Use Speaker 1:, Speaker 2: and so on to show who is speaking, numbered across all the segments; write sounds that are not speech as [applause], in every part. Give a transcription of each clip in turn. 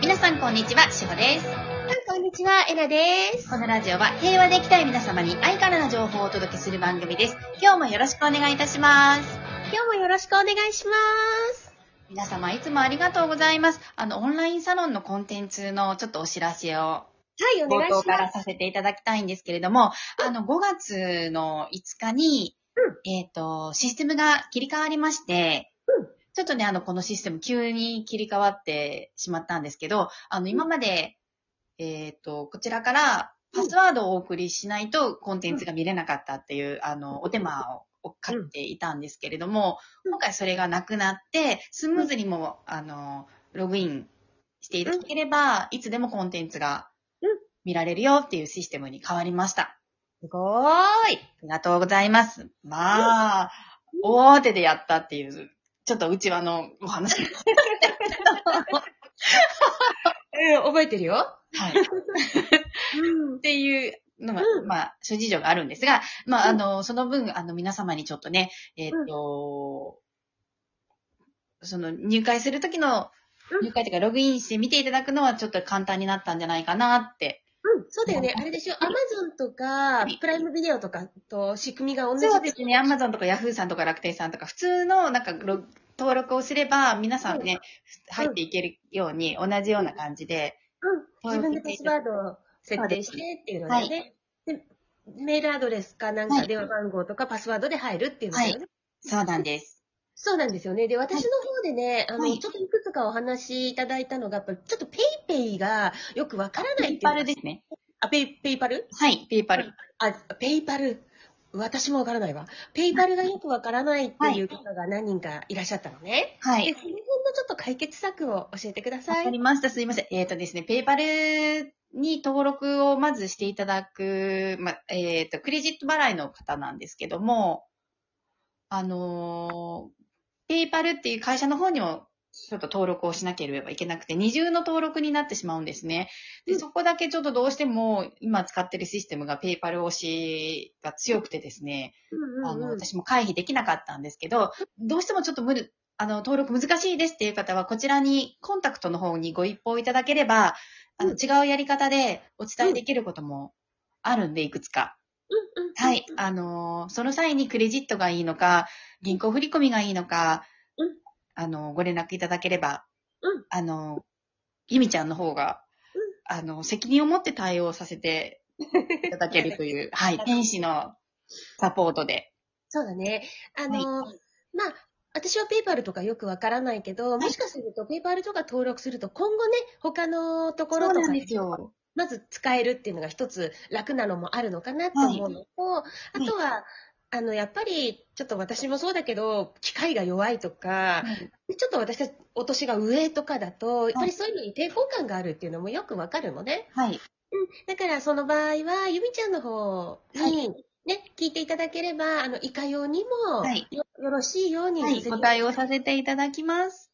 Speaker 1: 皆さんこんにちは、しほです。
Speaker 2: こんにちは、えなです。
Speaker 1: このラジオは平和でいきたい皆様に愛からな情報をお届けする番組です。今日もよろしくお願いいたします。
Speaker 2: 今日もよろしくお願いします。
Speaker 1: 皆様いつもありがとうございます。あの、オンラインサロンのコンテンツのちょっとお知らせを
Speaker 2: はい、お
Speaker 1: 冒
Speaker 2: 願い
Speaker 1: 頭
Speaker 2: し
Speaker 1: か
Speaker 2: ま
Speaker 1: ら
Speaker 2: す。
Speaker 1: させていただきたいんですけれども、あの、5月の5日に、えっ、と、システムが切り替わりまして、
Speaker 2: うん
Speaker 1: ちょっとね、あの、このシステム急に切り替わってしまったんですけど、あの、今まで、えっ、と、こちらからパスワードをお送りしないとコンテンツが見れなかったっていう、あの、お手間をかけていたんですけれども、
Speaker 2: うん
Speaker 1: 今回それがなくなって、スムーズにも、あの、ログインしていただければ、いつでもコンテンツが見られるよっていうシステムに変わりました。
Speaker 2: すごーい。
Speaker 1: ありがとうございます。まあ、大手でやったっていう、ちょっとうちはあの、お話。
Speaker 2: うん、覚えてるよ。
Speaker 1: はい。
Speaker 2: うん
Speaker 1: っ。ていうのが、
Speaker 2: うん
Speaker 1: まあ、諸事情があるんですが、まあ、あ
Speaker 2: うん
Speaker 1: の、その分、あの、皆様にちょっとね、えっ、と、その、入会するときの、
Speaker 2: うん
Speaker 1: 入会というか、ログインして見ていただくのはちょっと簡単になったんじゃないかなって。
Speaker 2: うん、そうだよね。あれでしょ、アマゾンとか、プライムビデオとかと仕組みが同じ
Speaker 1: そうですね、アマゾンとかヤフーさんとか楽天さんとか、普通の、なんか、ロ登録をすれば、皆さんね、入っていけるように、同じような感じで、
Speaker 2: うん。自分でパスワードを設定してっていうのでね。でメールアドレスかなん
Speaker 1: は
Speaker 2: か
Speaker 1: い
Speaker 2: 電話番号とかパスワードで入るっていうのだよね。
Speaker 1: そうなんです。
Speaker 2: そうなんですよね。で、私の方でね、あ
Speaker 1: は
Speaker 2: の、
Speaker 1: い
Speaker 2: ちょっといくつかお話しいただいたのが、やっぱりちょっとペイペイがよくわから
Speaker 1: ペ
Speaker 2: ないってい
Speaker 1: イ
Speaker 2: うの
Speaker 1: パ
Speaker 2: が
Speaker 1: ルですね。
Speaker 2: あ、ペイ、ペイパル
Speaker 1: はい、ペイパル。
Speaker 2: あ、ペイパル。私もわからないわ。ペイパルがよくわからないっていう方が何人かいらっしゃったのね。
Speaker 1: は
Speaker 2: で、
Speaker 1: い。
Speaker 2: その辺のちょっと解決策を教えてくださ
Speaker 1: わ
Speaker 2: い。
Speaker 1: かりました。すいません。えっ、とですね、ペイパルに登録をまずしていただく、ま、えっ、と、クレジット払いの方なんですけども、あのーペイパルっていう会社の方にもちょっと登録をしなければいけなくて、二重の登録になってしまうんですね。で、
Speaker 2: うん
Speaker 1: そこだけちょっとどうしても今使ってるシステムがペイパル推しが強くてですね、
Speaker 2: うん
Speaker 1: あの、
Speaker 2: うんうん。
Speaker 1: 私も回避できなかったんですけど、どうしてもちょっと無理、あの、登録難しいですっていう方は、こちらに、コンタクトの方にご一報いただければ、あの、
Speaker 2: うん
Speaker 1: 違うやり方でお伝えできることもあるんで、いくつか。
Speaker 2: うんうん
Speaker 1: はい。あのー、その際にクレジットがいいのか、銀行振込がいいのか
Speaker 2: うん、
Speaker 1: あの、ご連絡いただければ
Speaker 2: うん、
Speaker 1: あの、ゆみちゃんの方が、あの、責任を持って対応させていただけるという、はい。天使のサポートで。
Speaker 2: そうだね。あの、まあ、私はペイパルとかよくわからないけど、もしかするとペイパルとか登録すると今後ね、他のところと
Speaker 1: そうな
Speaker 2: か
Speaker 1: んですよ。
Speaker 2: まず使えるっていうのが一つ楽なのもあるのかなと思うのと、あとは、あの、やっぱり、ちょっと私もそうだけど、機械が弱いとか、でちょっと私たち、お年が上とかだと、やっぱりそういうのに抵抗感があるっていうのもよくわかるのね。
Speaker 1: はい。
Speaker 2: だから、その場合は、ゆみちゃんの方に、
Speaker 1: は
Speaker 2: ね、聞いていただければ、あの、いかようにも、
Speaker 1: はい
Speaker 2: よよろしいように
Speaker 1: はい。ご対応させていただきます。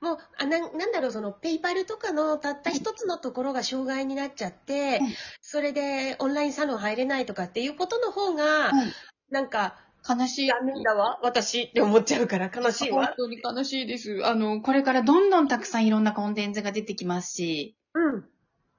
Speaker 2: もうあな、なんだろう、そのペイパルとかのたった一つのところが障害になっちゃっ
Speaker 1: は
Speaker 2: て、
Speaker 1: い
Speaker 2: それでオンラインサロン入れないとかっていうことの方が、
Speaker 1: はい
Speaker 2: なんか、
Speaker 1: 悲しい。
Speaker 2: 残念だわ、私って思っちゃうから、悲しい
Speaker 1: 本
Speaker 2: わ。
Speaker 1: 当に悲しいです。あの、これからどんどんたくさんいろんなコンテンツが出てきますし、
Speaker 2: うん、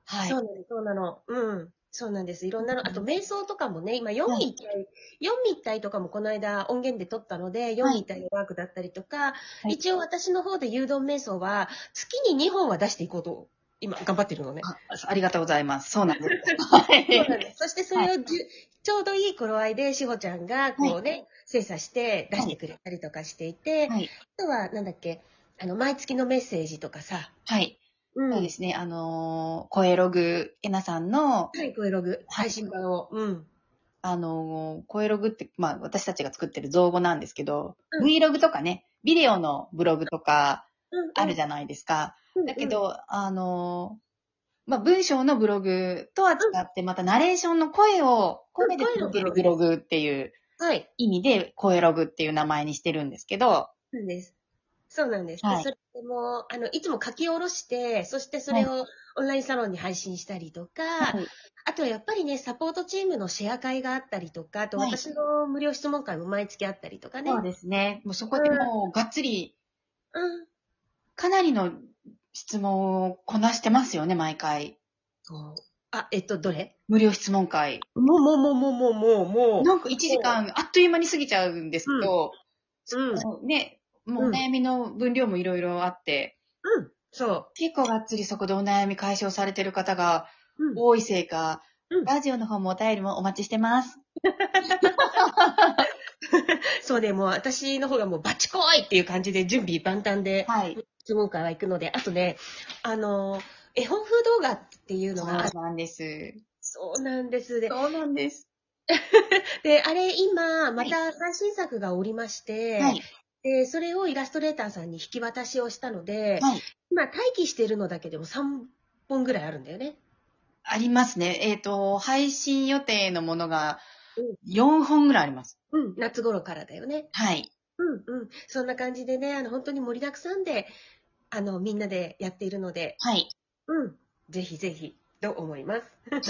Speaker 1: はい
Speaker 2: そう。なの、そうなの。うん。そうなんです。いろんなの。あと、瞑想とかもね、今、4
Speaker 1: はい
Speaker 2: 位一体、四位一体とかもこの間音源で撮ったので、4位一体のワークだったりとか、
Speaker 1: い
Speaker 2: 一応私の方で誘導瞑想は、月に2本は出していこうと、今、頑張ってるのね。
Speaker 1: あありがとうございます。そうなんです。はい
Speaker 2: そうなんです。そしてそれをじゅ、ちょうどいい頃合いで、しほちゃんが、こうね、精査して出してくれたりとかしていて、
Speaker 1: はい。
Speaker 2: あとは、なんだっけ、あの、毎月のメッセージとかさ、
Speaker 1: はい。
Speaker 2: うん
Speaker 1: そうですね。あのー、声ログ、えなさんの、
Speaker 2: はい、声ログ、配信版を、うん。
Speaker 1: あのー、声ログって、まあ、私たちが作ってる造語なんですけど、
Speaker 2: うん
Speaker 1: Vlog とかね、ビデオのブログとか、あるじ
Speaker 2: ゃ
Speaker 1: ゃないですか。
Speaker 2: ん
Speaker 1: だけ、ど、あの、まあ、文章のブログとは違って、またナレーションの声を、
Speaker 2: う
Speaker 1: 声
Speaker 2: ん
Speaker 1: で届ける
Speaker 2: 声
Speaker 1: ブログっていう
Speaker 2: はい。
Speaker 1: 意味で、声ログっていう名前にしてるんですけど、
Speaker 2: そうなんです。そうなんです。で
Speaker 1: はい
Speaker 2: それでも、あの、いつも書き下ろして、そしてそれをオンラインサロンに配信したりとか、
Speaker 1: はい
Speaker 2: あとはやっぱりね、サポートチームのシェア会があったりとか、あと
Speaker 1: はい
Speaker 2: 私の無料質問会も毎月あったりとかね。
Speaker 1: そうですね。もうそこでもう、がっつり、
Speaker 2: うん。
Speaker 1: かなりの質問をこなしてますよね、毎回。
Speaker 2: そうあ、えっと、どれ
Speaker 1: 無料質問会。
Speaker 2: もうもうもうもうもうもうもう。
Speaker 1: なんか1時間あっという間に過ぎちゃうんですけど、
Speaker 2: うん。
Speaker 1: もうね、もうお悩みの分量もいろいろあって、
Speaker 2: うん。そ
Speaker 1: 結構がっつりそこでお悩み解消されてる方が
Speaker 2: う。うん。
Speaker 1: 多いせいか、
Speaker 2: うん
Speaker 1: ラジオの方もお便りもお待ちしてます。
Speaker 2: そうで、もう私の方がもうバチコーイっていう感じで準備万端で
Speaker 1: はい。
Speaker 2: 質問会は行くので、あとね、あの、絵本風動画っていう
Speaker 1: そ
Speaker 2: の
Speaker 1: う
Speaker 2: が、
Speaker 1: なんです。
Speaker 2: そうなんです。で、
Speaker 1: そうなんです。
Speaker 2: であれ今、また最新作がおりまして、
Speaker 1: はい。
Speaker 2: で、それをイラストレーターさんに引き渡しをしたので、
Speaker 1: はい。
Speaker 2: 今待機してるのだけでも3本ぐらいあるんだよね。
Speaker 1: ありますね。えっ、と、配信予定のものが
Speaker 2: うん
Speaker 1: 4本ぐらいあります。
Speaker 2: うん。夏頃からだよね。
Speaker 1: はい。
Speaker 2: うんうん。そんな感じでね、あの、本当に盛りだくさんで、あの、みんなでやっているので、
Speaker 1: はい。
Speaker 2: うん。ぜひぜひ、と思います。
Speaker 1: はい。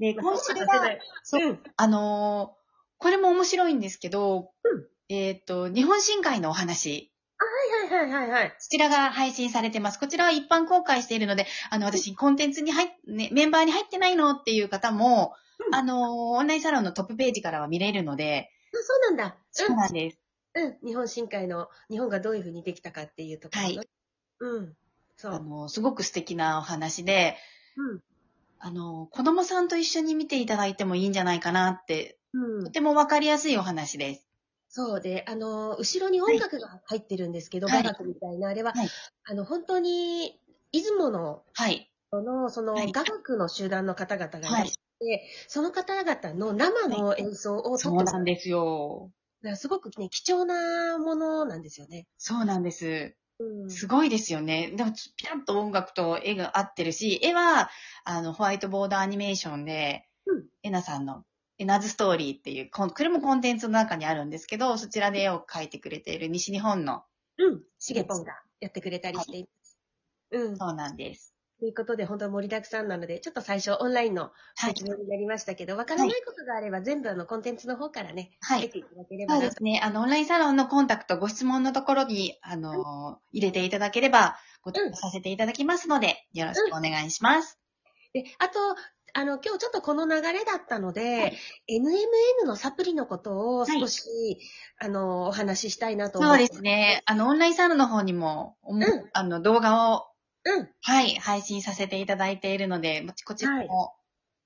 Speaker 1: で、今週
Speaker 2: まあそうだ
Speaker 1: は、
Speaker 2: ねうん。
Speaker 1: あのーこれも面白いんですけど、
Speaker 2: うん
Speaker 1: えっ、と、日本深海のお話。
Speaker 2: はいはいはいはいはい。
Speaker 1: こちらが配信されてます。こちらは一般公開しているので、あの、私、コンテンツに入っ、ね、メンバーに入ってないのっていう方も、
Speaker 2: うん
Speaker 1: あのーオンラインサロンのトップページからは見れるので、
Speaker 2: あそうなんだ。
Speaker 1: そうなんです。
Speaker 2: うん。うん。日本深海の、日本がどういうふうにできたかっていうところの。
Speaker 1: は
Speaker 2: うん。そ
Speaker 1: あ
Speaker 2: う。
Speaker 1: のーすごく素敵なお話で、
Speaker 2: うん。
Speaker 1: あの、子供さんと一緒に見ていただいてもいいんじゃないかなって、
Speaker 2: う
Speaker 1: と
Speaker 2: ん、
Speaker 1: てもわかりやすいお話です。
Speaker 2: そうで、あの、後ろに音楽が入ってるんですけど、
Speaker 1: はい
Speaker 2: 雅楽みたいな、あれは、
Speaker 1: はい
Speaker 2: あの、本当に、出雲の
Speaker 1: はい。
Speaker 2: の、その、
Speaker 1: はい
Speaker 2: 雅楽の集団の方々がいらっしゃ
Speaker 1: は
Speaker 2: っ
Speaker 1: い
Speaker 2: て、。その方々の生の演奏を撮
Speaker 1: そ
Speaker 2: っ
Speaker 1: う
Speaker 2: て
Speaker 1: なん
Speaker 2: で
Speaker 1: ですよ。
Speaker 2: す。すごくね、貴重なものなんですよね。
Speaker 1: そうなんです。
Speaker 2: うん
Speaker 1: すごいですよね。でも、ピタッと音楽と絵が合ってるし、絵は、あの、ホワイトボードアニメーションで、
Speaker 2: うん
Speaker 1: えなさんの、えなずストーリーっていう、こんこれもコンテンツの中にあるんですけど、そちらで絵を描いてくれている西日本の、
Speaker 2: うん。しげぽんがやってくれたりしています。うん。
Speaker 1: そうなんです。
Speaker 2: ということで、本当盛りだくさんなので、ちょっと最初オンラインの
Speaker 1: はい。
Speaker 2: 説明になりましたけど、わからないことがあれば、全部あの、コンテンツの方からね、
Speaker 1: は
Speaker 2: 入
Speaker 1: い
Speaker 2: っ。ていただければ
Speaker 1: そうで
Speaker 2: なと
Speaker 1: すね。あの、オンラインサロンのコンタクト、ご質問のところに、あの、入れていただければ、ご
Speaker 2: う
Speaker 1: 答
Speaker 2: ん
Speaker 1: えさせていただきますので、よろしくお願いします。
Speaker 2: で、あと、あの、今日ちょっとこの流れだったので、
Speaker 1: はい
Speaker 2: NMN のサプリのことを
Speaker 1: はい
Speaker 2: 少し、あの、お話ししたいなと思
Speaker 1: そう
Speaker 2: って。
Speaker 1: ですね。あの、オンラインサロンの方にも、おも
Speaker 2: うん
Speaker 1: あの、動画を、
Speaker 2: うん。
Speaker 1: はい、配信させていただいているので、もちこちらも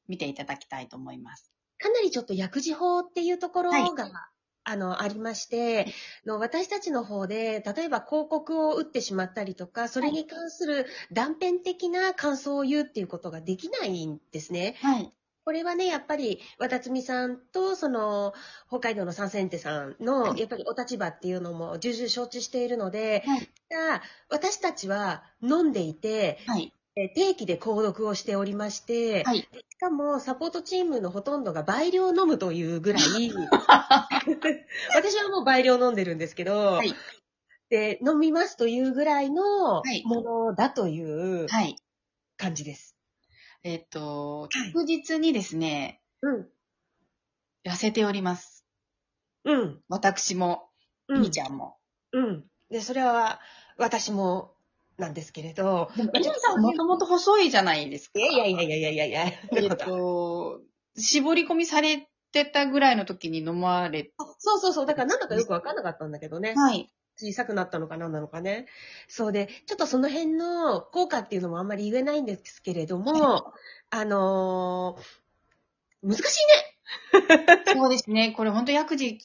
Speaker 1: 見ていただきたいと思います。
Speaker 2: かなりちょっと薬事法っていうところが、
Speaker 1: はい
Speaker 2: あの、ありまして、の私たちの方で、例えば広告を打ってしまったりとか、それに関する断片的な感想を言うっていうことができないんですね。
Speaker 1: はい。
Speaker 2: これはね、やっぱり、和田摘さんと、その、北海道の三千手さんの、
Speaker 1: はい
Speaker 2: やっぱりお立場っていうのも重々承知しているので、
Speaker 1: はい
Speaker 2: ただ私たちは飲んでいて、
Speaker 1: はい。
Speaker 2: えー定期で購読をしておりまして、
Speaker 1: はい
Speaker 2: でしかもサポートチームのほとんどが倍量飲むというぐら
Speaker 1: [laughs]
Speaker 2: い、私はもう倍量飲んでるんですけど、
Speaker 1: い
Speaker 2: で飲みますというぐらいの
Speaker 1: はい
Speaker 2: ものだという
Speaker 1: はい。
Speaker 2: 感じです。
Speaker 1: えっと、
Speaker 2: はい
Speaker 1: 確実にですね、痩せております。
Speaker 2: うん。うん。
Speaker 1: 私も、
Speaker 2: うん。
Speaker 1: みーちゃんも。
Speaker 2: うん。で、それは私もなんですけれど、
Speaker 1: でも、みーさんはもともと細いじゃないですか。
Speaker 2: いやいやいやいやいやいやいや、
Speaker 1: えっと、絞り込みされてたぐらいの時に飲まれて。
Speaker 2: [laughs] そうそうそう、だからなんだかよくわかんなかったんだけどね。
Speaker 1: はい。
Speaker 2: 小さくなったのか何なのかね。そうで、ちょっとその辺の効果っていうのもあんまり言えないんですけれども、あのー難しい
Speaker 1: [laughs]
Speaker 2: ね
Speaker 1: そうですね。これ本当薬事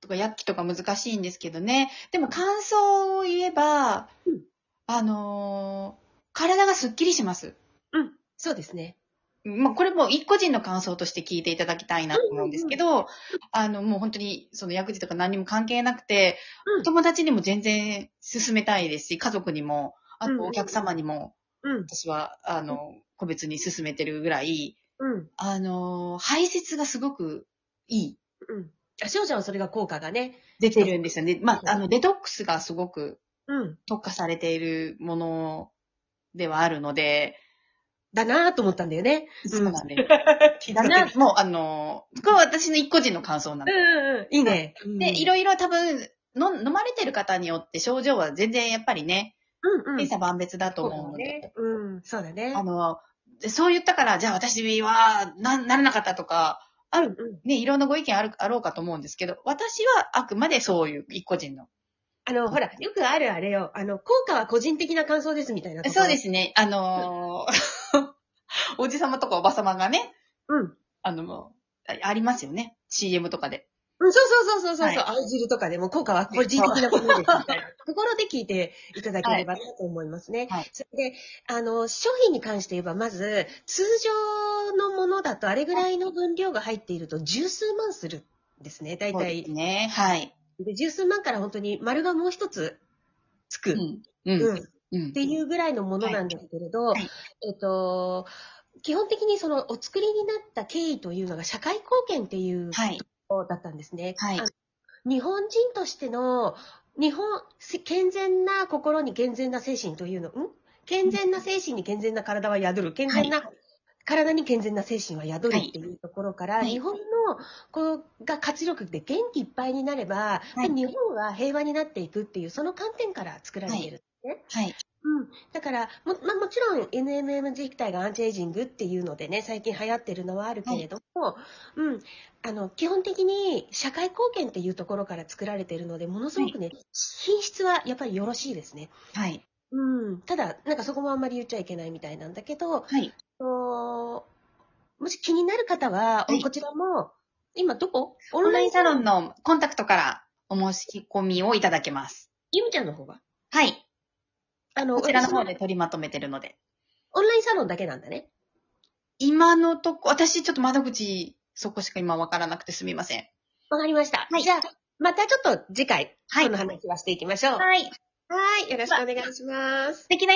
Speaker 1: とか薬器とか難しいんですけどね。でも感想を言えば、
Speaker 2: うん
Speaker 1: あのー体がスッキリします。
Speaker 2: うん、そうですね。
Speaker 1: まあ、これも一個人の感想として聞いていただきたいなと思うんですけど、あの、もう本当に、その薬事とか何にも関係なくて、
Speaker 2: うん
Speaker 1: お友達にも全然勧めたいですし、家族にも、あ
Speaker 2: うんうん
Speaker 1: とお客様にも、
Speaker 2: うん、
Speaker 1: 私は、あの、個別に勧めてるぐらい、
Speaker 2: うん、
Speaker 1: あのー、排泄がすごくいい。
Speaker 2: うん。あ、しおちゃんはそれが効果がね。
Speaker 1: 出てるんですよね。ま
Speaker 2: そう
Speaker 1: あ、あの、デトックスがすごく
Speaker 2: うん。
Speaker 1: 特化されているものではあるので、
Speaker 2: だなぁと思ったんだ
Speaker 1: [laughs]
Speaker 2: よね。
Speaker 1: そうなんで
Speaker 2: 聞
Speaker 1: す。
Speaker 2: い
Speaker 1: だ
Speaker 2: た
Speaker 1: な
Speaker 2: 時、
Speaker 1: もう、あのー、これは私の一個人の感想なん
Speaker 2: う
Speaker 1: で。
Speaker 2: ん、うん、いいね。
Speaker 1: で、い
Speaker 2: い
Speaker 1: ろいろ多分、の飲まれてる方によって症状は全然やっぱりね、
Speaker 2: うんうん。
Speaker 1: 千差万別だと思う
Speaker 2: そ
Speaker 1: の
Speaker 2: うだ
Speaker 1: で、
Speaker 2: ね。うん、そうだね。
Speaker 1: あの、でそう言ったから、じゃあ私はな、なれなかったとか、ある、
Speaker 2: うん
Speaker 1: ね、いろんなご意見ある、あろうかと思うんですけど、私はあくまでそういう一個人の。
Speaker 2: あの、ほら、よくあるあれよ。あの、効果は個人的な感想ですみたいな。。
Speaker 1: そうですすね、あのー [laughs] おじさまとかおばさまがね、
Speaker 2: うん。
Speaker 1: あの、もうあありますよね。CM とかで。
Speaker 2: うん、そうそうそうそうそう。
Speaker 1: はい
Speaker 2: 青汁とかでも効果は個人的なことです
Speaker 1: [laughs]
Speaker 2: みたいなところで聞いていただければなと思いますね。
Speaker 1: はい
Speaker 2: それで、あの、商品に関して言えば、まず、通常のものだとあれぐらいの分量が入っていると十数万するんですね、大
Speaker 1: そうで
Speaker 2: 体
Speaker 1: す。ね。はい。
Speaker 2: で、十数万から本当に丸がもう一つつく。
Speaker 1: うん。う
Speaker 2: う
Speaker 1: ん。
Speaker 2: ん
Speaker 1: う
Speaker 2: っ
Speaker 1: ん。
Speaker 2: ていうぐらいのものなんですけれど、
Speaker 1: いはい
Speaker 2: えっ、と、基本的にそのお作りになった経緯というのが社会貢献っていう
Speaker 1: はい。
Speaker 2: ことだったんですね。
Speaker 1: はい
Speaker 2: あの日本人としての、日本、せ健全な心に健全な精神というの、ん健全な精神に健全な体は宿る。健全な、体に健全な精神は宿る
Speaker 1: はい
Speaker 2: っていうところから、
Speaker 1: はい
Speaker 2: 日本のこうが活力で元気いっぱいになれば、
Speaker 1: はい
Speaker 2: 日本は平和になっていくっていう、その観点から作られている。
Speaker 1: はい。
Speaker 2: うん、だからも、まあ、もちろん NMM 自体がアンチエイジングっていうのでね、最近流行ってるのはあるけれども、うん、あの、基本的に社会貢献っていうところから作られてるので、ものすごくね、品質はやっぱりよろしいですね。
Speaker 1: はい。
Speaker 2: うん、ただ、なんかそこもあんまり言っちゃいけないみたいなんだけど、
Speaker 1: はい。
Speaker 2: あのもし気になる方は、
Speaker 1: はい
Speaker 2: こちらも、今どこオ
Speaker 1: オンラインサロンのコンタクトからお申し込みをいただけます。
Speaker 2: ゆみちゃんの方は
Speaker 1: はい。
Speaker 2: あの
Speaker 1: こちらの方
Speaker 2: 私
Speaker 1: で取りまとめてるので。
Speaker 2: オンラインサロンだけなんだね。
Speaker 1: 今のとこ、私ちょっと窓口、そこしか今わからなくてすみません。
Speaker 2: わかりました。
Speaker 1: はい
Speaker 2: じゃあ、またちょっと次回、
Speaker 1: はい
Speaker 2: この話はしていきましょう。は
Speaker 1: はい。
Speaker 2: い。よろしくお願いします。
Speaker 1: 素敵な